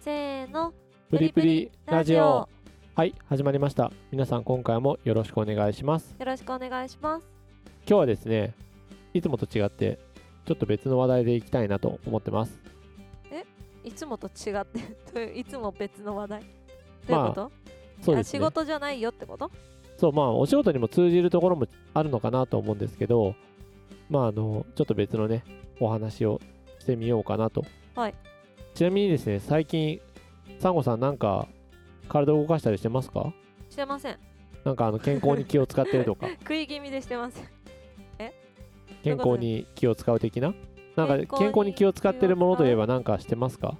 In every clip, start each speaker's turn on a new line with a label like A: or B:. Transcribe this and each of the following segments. A: せーの
B: プリプリラジオ
A: よ
B: はい始まりました皆さん今回もよろしくお願いします
A: ろしくお願いします
B: 今日はですねいつもと違ってちょっと別の話題でいきたいなと思ってます
A: いつもと違って といういつも別の話題ということ、
B: そう
A: あ
B: です
A: 仕
B: ね
A: 事じゃないよってこと
B: そうまあお仕事にも通じるところもあるのかなと思うんですけどまああのちょっと別のねお話をしてみようかなと
A: はい
B: ちなみにですね最近サンゴさんなんか体を動かしたりしてますか
A: してません
B: なんかあの健康に気を使ってると か
A: 食い気味でしてません
B: 健康に気を使う的ななんか
A: 健康に
B: 健康に気を使ってるものといえばなんかしてますか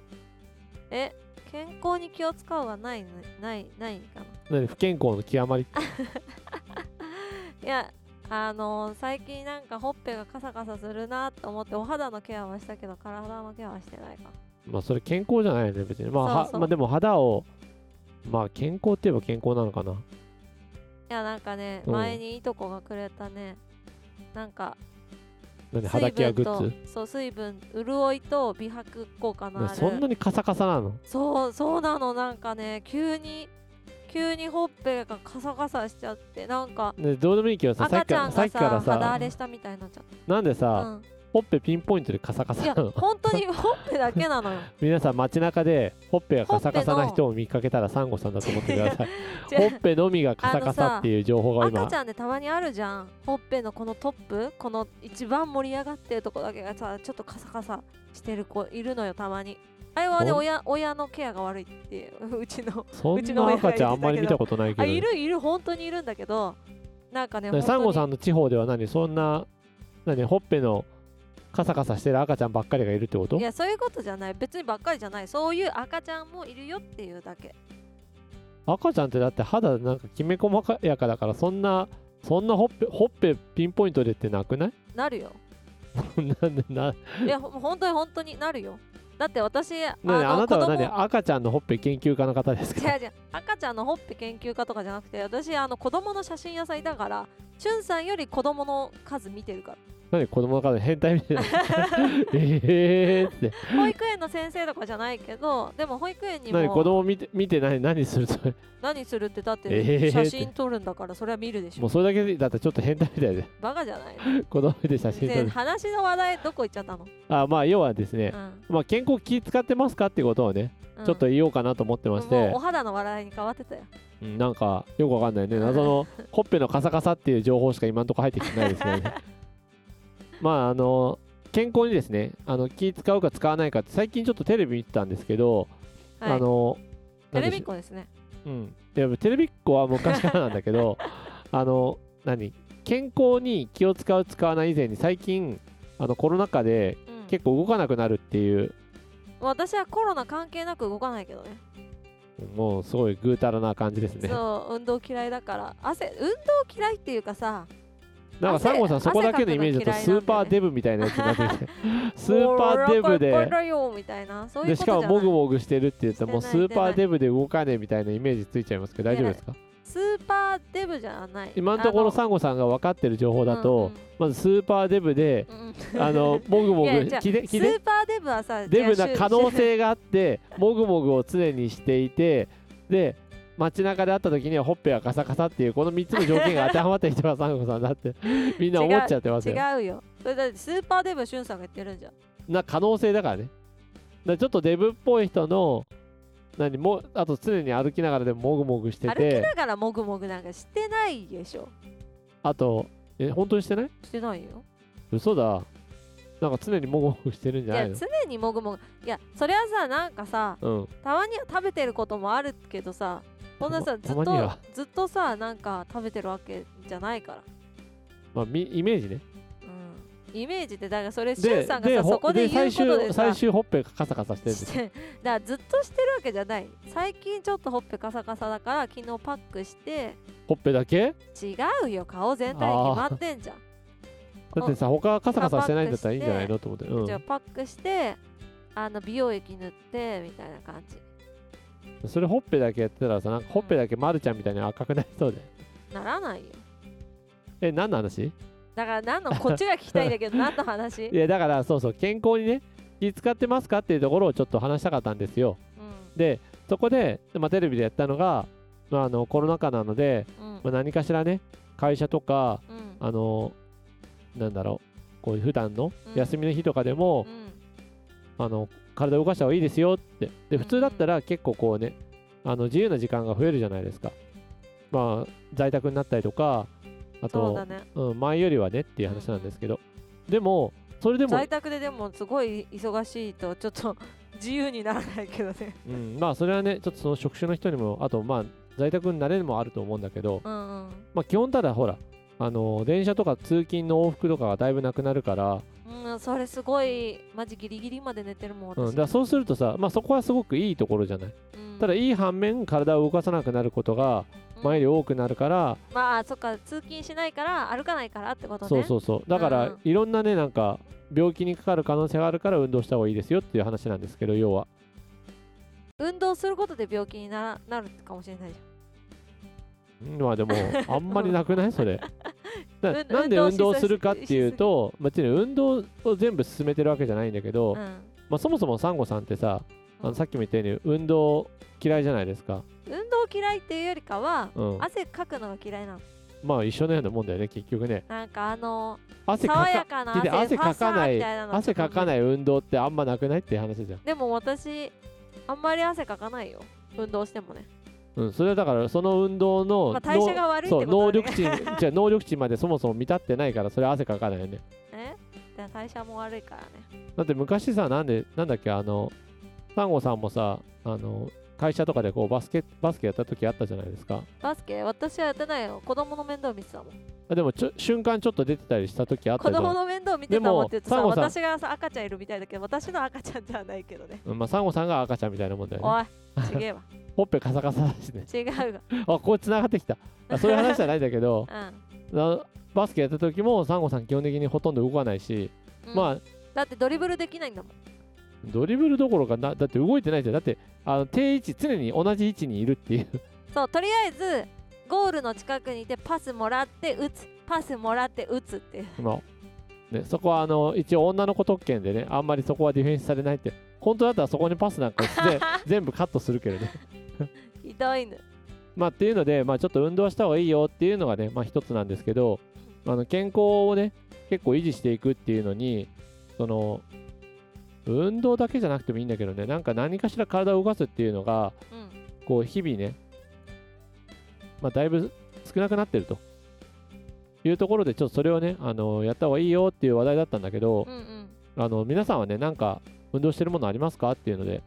A: え健康に気を使うがないのないないかな
B: 何不健康の極まり
A: いやあのー最近なんかほっぺがカサカサするなと思ってお肌のケアはしたけど体のケアはしてないか
B: まあそれ健康じゃないよね別にまあは
A: そうそう
B: まあでも肌をまあ健康って言えば健康なのかない
A: やなんかね、
B: うん
A: 前にいとこがくれたねなんか
B: 何肌
A: 水
B: ケア
A: 分
B: グ
A: と
B: ッズ
A: そう水分潤いと美白効果のある
B: そんなにカサカサなの
A: そうそうなのなんかね急に急にほっぺがカサカサしちゃってなんか
B: ねどうでもいいけどささっ
A: 赤
B: き
A: ち
B: か
A: ゃ
B: ら
A: ん
B: さっ
A: が
B: きから
A: さ肌
B: さ
A: 荒れしたみたいになっちゃっ
B: なんで
A: た、
B: さ、
A: うん、
B: ほっぺピンポイントでカサカ
A: い
B: サ
A: や
B: なの
A: 本当に ほっぺだけなのよ
B: 皆さん街中でほっぺがカサカサな
A: ほっぺの
B: 人を見かけたらサンゴさんだと思ってください
A: 違
B: ほ
A: う
B: っぺのみがカサカ
A: あの
B: サ
A: さ
B: っていう情報が
A: 赤
B: 今
A: ちゃんでたまにあるじゃんほっぺのこのトップこの一番盛り上がってるとこだけがさちょっとカサカサしてる子いるのよたまにあれはね
B: ほん
A: 親親のケアが悪いっていううちの
B: そ
A: うんちの
B: な
A: 親が
B: 赤ちゃんあんまり
A: 言
B: 見
A: って
B: た
A: た
B: ことないけ
A: あ
B: ど
A: いるいる本当にいるんだけどなんかね
B: ねサンゴさ
A: ん
B: んの地方では何そんな何ほっぺのカサカサしてる赤ちゃんばっかりがいるってこと
A: いやそういうことじゃない別にばっかりじゃないそういう赤ちゃんもいるよっていうだけ
B: 赤ちゃんってだって肌なんかきめ細やかだからそんなそんなほっぺほっぺピンポイントでってなくない
A: なるよ
B: なんでない
A: やほ本当に本当になるよだって私あ
B: なに
A: の
B: あなたは
A: 子供
B: 何赤ちゃんのほっぺ研究家の方ですか
A: 違う違う赤ちゃんのほっぺ研究家とかじゃなくて私あの子供の写真屋さんだからしゅんさんより子供の数見てる か
B: 何子供の方変態 みたいなええって
A: ら保育園の先生とかじゃないけどでも保育園にも
B: 何子供見て見て何何すると
A: 何するってだっ
B: え
A: て
B: ー
A: 写真撮るんだからそれは見るでしょ、
B: もうそれだけでだってちょっと変態みたいで
A: バカじゃない
B: 子供見て写真撮
A: で
B: る
A: 話の話題どこ行っちゃったの、
B: あまあ要はですね
A: う、ん
B: まあ健康気使ってますかってことをね
A: うん
B: ちょっと言おうかなと思ってま
A: も
B: し
A: う
B: て
A: お、肌の笑いに変わってたよ
B: うんなんかよくわかんないね謎のほっぺのカサカサっていう情報しか今のところ入ってきてないで すねまああの健康にですねあの気使うか使わないかって最近ちょっとテレビ見てたんですけど、
A: はい
B: あの
A: テレ
B: なんで
A: ビ
B: し
A: っ子ですね
B: ょううんいやテレビっ子は昔からなんだ けどあの何健康に気を使う使わない以前に最近あのコロナ禍で
A: うん
B: 結構動かなくなるっていう
A: 私はコロナ関係なく動かないけどね
B: もうすごいぐうたらな感じですね
A: そう運動嫌いだから汗運動嫌いっていうかさ
B: なんかサンゴさん
A: 汗
B: そこだけのイメージだとス
A: 汗かくの嫌いなんでね
B: ーパーデブみたいなやつに なってきてスーパーデブ
A: おらこ
B: で
A: らよみたいなそういうこ
B: でし
A: とじゃ
B: か
A: ない
B: ももぐもぐしてるって言ったらもう
A: し
B: ス
A: てない
B: ーパーデブで動かねえみたいなイメージついちゃいますけど大丈夫ですか
A: スーパーデブじゃない
B: 今のところサンゴさんが分かってる情報
A: あの
B: だとまずスーパーデブで
A: うんうんうん
B: あのもぐもぐ
A: いやじゃあ
B: 聞いて
A: ス
B: 聞いて
A: ーパーデブはさ
B: デブ
A: い
B: な
A: や
B: 可能性があってもぐもぐを常にしていてで街中で会った時にはほっぺはカサカサっていうこの3つの条件が当てはまった人がサンゴさんだってみんな思っちゃってます
A: 違
B: よ
A: うよそれだってスーパーデブしゅんさんが言ってるんじゃん
B: な可能性だからね。だからちょっとデブっぽい人の、何もう、あと常に歩きながらでももぐもぐして
A: 歩き
B: て、
A: ながらもぐもぐなんかしてないでしょ
B: あと、え、本当にしてない
A: してないよ
B: 嘘だ。なんか常にもぐもぐしてるんじ
A: い
B: ゃな
A: や
B: いの
A: 常にもぐもぐいやそれはさなんかさ
B: うん。
A: たまには食べてることもあるけどさこんなさず
B: た
A: っ
B: またまには
A: とずっとさなんか食べてるわけじゃないから
B: まあ、みイメージね。
A: うんイメージってだからそれしゅ
B: で
A: んさんがさ
B: ほ
A: そこで言う
B: 最
A: こと
B: 終
A: でさ
B: 最終ほっぺがカサカサしてるんで
A: して だからずっとしてるわけじゃない最近ちょっとほっぺカサカサだから昨日パックして
B: ほっぺだけ
A: 違うよ顔全体に決まってんじゃん、
B: だってさ、他はカサカサしてないんだったらいいんじゃないのと思って。う
A: じゃあ
B: ん。
A: パックしてあの美容液塗ってみたいな感じ
B: それほっぺだけやってたらさ、なんかほっぺだけマルちゃんみたいに赤くなりそうで。
A: ならないよ
B: え、何の話
A: だから何のこっちが聞きたいんだけ ど何の話、うん
B: い、やだからそうそう健康にね気使ってますかっていうところをちょっと話したかったんですよでそこで、まあ、テレビでやったのが、まあ、あのコロナ禍なので、
A: うん
B: まあ、何かしらね会社とか
A: うん
B: あのなんだろうこういう普段の
A: うん
B: 休みの日とかでも
A: う、ん
B: あの体動かした方がいいですよってで普通だったら結構こうねあの自由な時間が増えるじゃないですかまあ在宅になったりとかあ
A: そう
B: と
A: だね
B: うん、前よりはねっていう話なんですけど、でもそれでも
A: 在、宅ででもすごい忙しいとちょっと 自由にならないけどね
B: うん、まあそれはねちょっとその職種の人にもあとまあ在宅になれるのもあると思うんだけど、
A: うんうん
B: まあ、基本ただほらあの電車とか通勤の往復とかがだいぶなくなるから,、
A: うん、それすごいマジギリギリまで寝てるもん
B: うん、だ
A: 私、
B: からそうするとさ、まあ、そこはすごくいいところじゃない
A: うん
B: ただいい反面体を動かさなくなることが前より多くなるから、
A: まあそっか通勤しないから歩かないからってことね
B: そうそうそうだから、
A: うん
B: いろんなねなんか病気にかかる可能性があるから運動した方がいいですよっていう話なんですけど要は
A: 運動することで病気にならなるかもしれないじ
B: うんま あでもあんまりなくないそれだ
A: 運
B: なんで運
A: 運動
B: 動
A: しすぎ
B: するかっていうと別に運動を全部進めてるわけじゃないんだけど、
A: ゃん、うん、
B: まあ、そもそもサンゴさんってさあのさっきも言ったように運動嫌いじゃないですか、
A: 運動嫌いっていうよりかは、
B: うん、
A: 汗かくのが嫌いなの
B: まあ一緒のようなもんだよね結局ね
A: なんかあの
B: 汗か
A: 爽や
B: か
A: かな
B: 聞
A: 汗
B: いて汗かかな
A: ファサー
B: い
A: みたいなの
B: 汗かかないい運動ってあんまなくないっていう話じゃん、
A: でも私あんまり汗かかないよ運動してもね、
B: うん、それはだからその運動の、
A: まあ、代謝が悪いって
B: そ
A: こ
B: う
A: とだ
B: 能
A: ね
B: 力値じゃあ能力値までそもそも満たってないからそれ汗かかないよね
A: えだから代謝も悪いからね
B: だって昔さなんでなんだっけあのサンゴさんもさあの会社とかでこうバスケバスケやった時あったじゃないですか
A: バスケ私はやってないよ子供の面倒見てたもん
B: あでもちょ瞬間ちょっと出てたりした時あっ
A: 子
B: たじゃ
A: 供
B: ん
A: の面倒見てたもんって言うとさ
B: でもサンゴ
A: 私がさ赤ちゃんいるみたいだけど私の赤ちゃんではないけどね
B: うんまあ、サンゴさんが赤ちゃんみたいなもんだよね
A: おいちげえわ
B: ほっぺカサカサだしね
A: 違 う
B: あこう繋がってきたあそういう話じゃないんだけど
A: わ、
B: なバスケやった時もサンゴさん基本的にほとんど動かないし、
A: うんうん、
B: まあ
A: だってドリブルできないんだもん
B: ドリブルどころかなだって動いてないじゃんだってあの定位置常に同じ位置にいるっていう
A: そうとりあえずゴールの近くにいてパスもらって打つパスもらって打つっていう
B: まあね、そこはあの一応女の子特権でねあんまりそこはディフェンスされないって本当だったらそこにパスなんかして全部カットするけれど、
A: ひどいの
B: まあっていうので、まあ、ちょっと運動した方がいいよっていうのがね、まあ、一つなんですけどあの健康をね結構維持していくっていうのにその運動だけじゃなくてもいいんだけどねなんか何かしら体を動かすっていうのが
A: うん
B: こう日々ね、まあ、だいぶ少なくなってるというところでちょっとそれをねあのやった方がいいよっていう話題だったんだけど、
A: うんうん
B: あの皆さんはねなんか運動してるものありますかっていうので、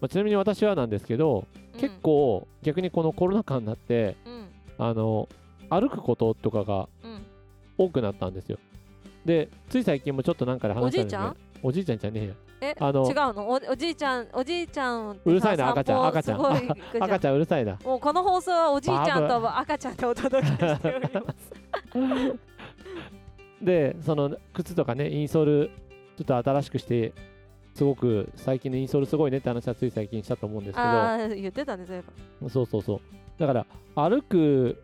B: まあ、ちなみに私はなんですけど、結構逆にこのコロナ禍になって
A: うん
B: あの歩くこととかが
A: うん
B: 多くなったんですよでつい最近もちょっとなんかで話したんですけど
A: おじ
B: おじいちゃんじゃねえよ
A: え
B: あの
A: 違うのおおじいちゃんおじいちゃんってさ
B: うるさいな赤ちゃ
A: 散
B: ん
A: 歩
B: 赤ちゃん
A: すごい行くじゃ
B: 赤
A: ん
B: ちゃんうるさいな
A: もうこの放送はおじいちゃん
B: バ
A: と赤ちゃんでお届けしており ます
B: でその靴とかねインソールちょっと新しくしてすごく最近のインソールすごいねって話はつい最近したと思うんですけ
A: ああ言ってたねそういえば
B: どそうそうそうだから歩く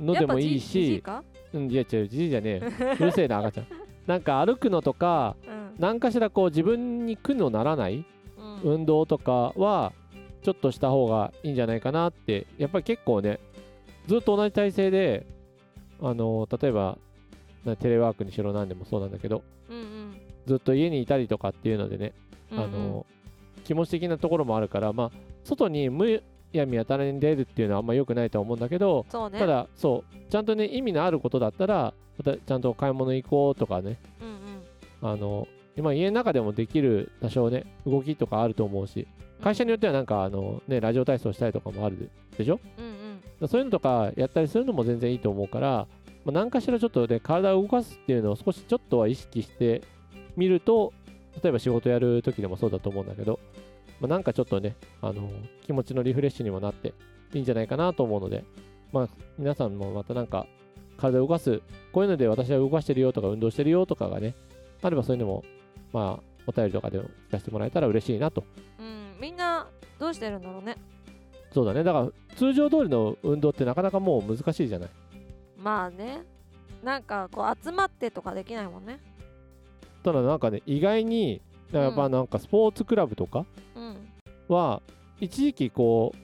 B: の
A: やっ
B: で
A: ぱ
B: もいい
A: じじい
B: し
A: か
B: うんいや違うじじいじゃね えようるせえな赤ちゃんなんか歩くのとか
A: うん
B: 何かしらこう自分に苦のならない
A: うん
B: 運動とかはちょっとした方がいいんじゃないかなってやっぱり結構ねずっと同じ体勢であの例えばなテレワークにしろ何でもそうなんだけど
A: うんうん
B: ずっと家にいたりとかっていうのでね、
A: うんうん
B: あの気持ち的なところもあるから、まあ、外にむやみやたらに出るっていうのはあんま良くないとは思うんだけど、
A: そうね
B: ただそうちゃんとね意味のあることだったらまたちゃんと買い物行こうとかね
A: うんうん
B: あの今家の中でもできる多少ね動きとかあると思うし会社によってはなんかあの、ね、ラジオ体操したりとかもあるででしょ
A: うんうん
B: だそういうのとかやったりするのも全然いいと思うから、まあ、何かしらちょっとね体を動かすっていうのを少しちょっとは意識してみると例えば仕事やる時でもそうだと思うんだけど、まあ、なんかちょっとねあの気持ちのリフレッシュにもなっていいんじゃないかなと思うので、まあ、皆さんもまたなんか体を動かすこういうので私は動かしてるよとか運動してるよとかがねあればそういうのもまあお便りとかでも聞かせてもらえたら嬉しいなと
A: うんみんなどうしてるんだろうね
B: そうだねだから通常通りの運動ってなかなかもう難しいじゃない
A: まあねなんかこう集まってとかできないもんね
B: ただなんかね意外にやっぱなんかスポーツクラブとか
A: うん
B: は一時期こ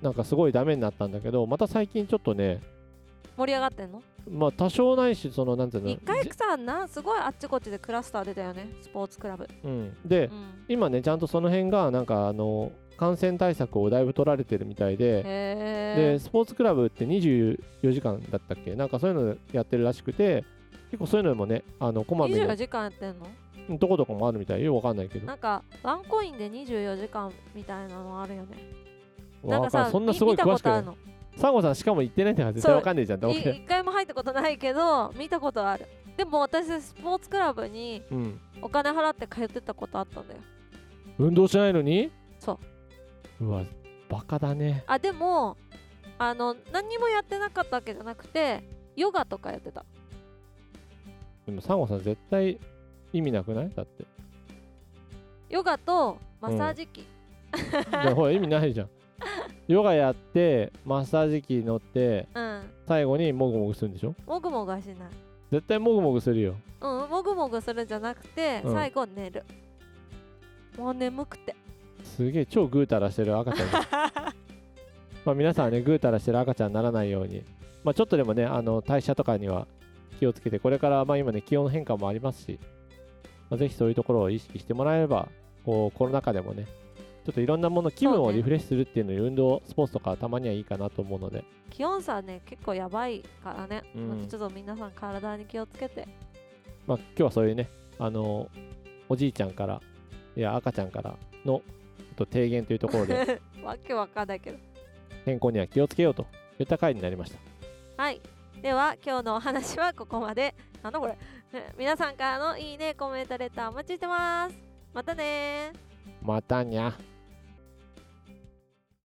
B: うなんかすごいダメになったんだけどまた最近ちょっとね
A: 盛り上がってんの
B: まあ多少ないしそのなんていうの
A: 一回
B: じ
A: さなすごいあっちこっちでクラスター出たよねスポーツクラブ、
B: うん、で、
A: うん、
B: 今ねちゃんとその辺がなんかあの感染対策をだいぶ取られてるみたいで、
A: へ
B: で
A: え
B: スポーツクラブって24時間だったっけなんかそういうのやってるらしくて結構そういうのもねあのこまめ
A: 24
B: に
A: 時間やってんの
B: どこどこもあるみたいよくわかんないけど
A: なんかワンコインで24時間みたいなのあるよねな
B: わ
A: ん
B: か
A: か
B: んな
A: さ
B: いそんな
A: み
B: すごい
A: 見た
B: 詳
A: こ
B: しく
A: とあ
B: ない
A: るの
B: サンゴさんしかも行ってないってから絶対わかんねえじゃん
A: い
B: って
A: 一回も入ったことないけど見たことあるでも私スポーツクラブに
B: うん、
A: お金払って通ってたことあったんだよ
B: 運動しないのに
A: そう
B: うわバカだね
A: あでもあの何にもやってなかったわけじゃなくてヨガとかやってた
B: でもサンゴさん絶対意味なくないだって
A: ヨガとマッサージ機、
B: でほら意味ないじゃんヨガやってマッサージ機乗って
A: うん
B: 最後にもぐもぐするんでしょ
A: もぐもぐはしない
B: 絶対もぐもぐするよ
A: うんもぐもぐするんじゃなくて、
B: うん
A: 最後寝るもう眠くて
B: すげえ超ぐうたらしてる 赤ちゃんですまあ皆さんはねぐうたらしてる赤ちゃんにならないようにまあちょっとでもねあの代謝とかには気をつけてこれからまあ今ね気温変化もありますし、まあ、ぜひそういうところを意識してもらえればこうコロナ禍でもねちょっといろんなもの気分
A: そ
B: を
A: うね
B: リフレッシュするっていうのに運動スポーツとかたまにはいいかなと思うので
A: 気温差ね結構やばいからね、
B: うん
A: まあちょっと皆さん体に気をつけて
B: まあ今日はそういうねあのおじいちゃんからいや赤ちゃんからのちょっと提言というところで
A: わけわかんないけど
B: 健康には気をつけようといった回になりました
A: はいでは今日のお話はここまでなんだこれ皆さんからのいいねコメントレターお待ちしてますまたねー
B: またにゃ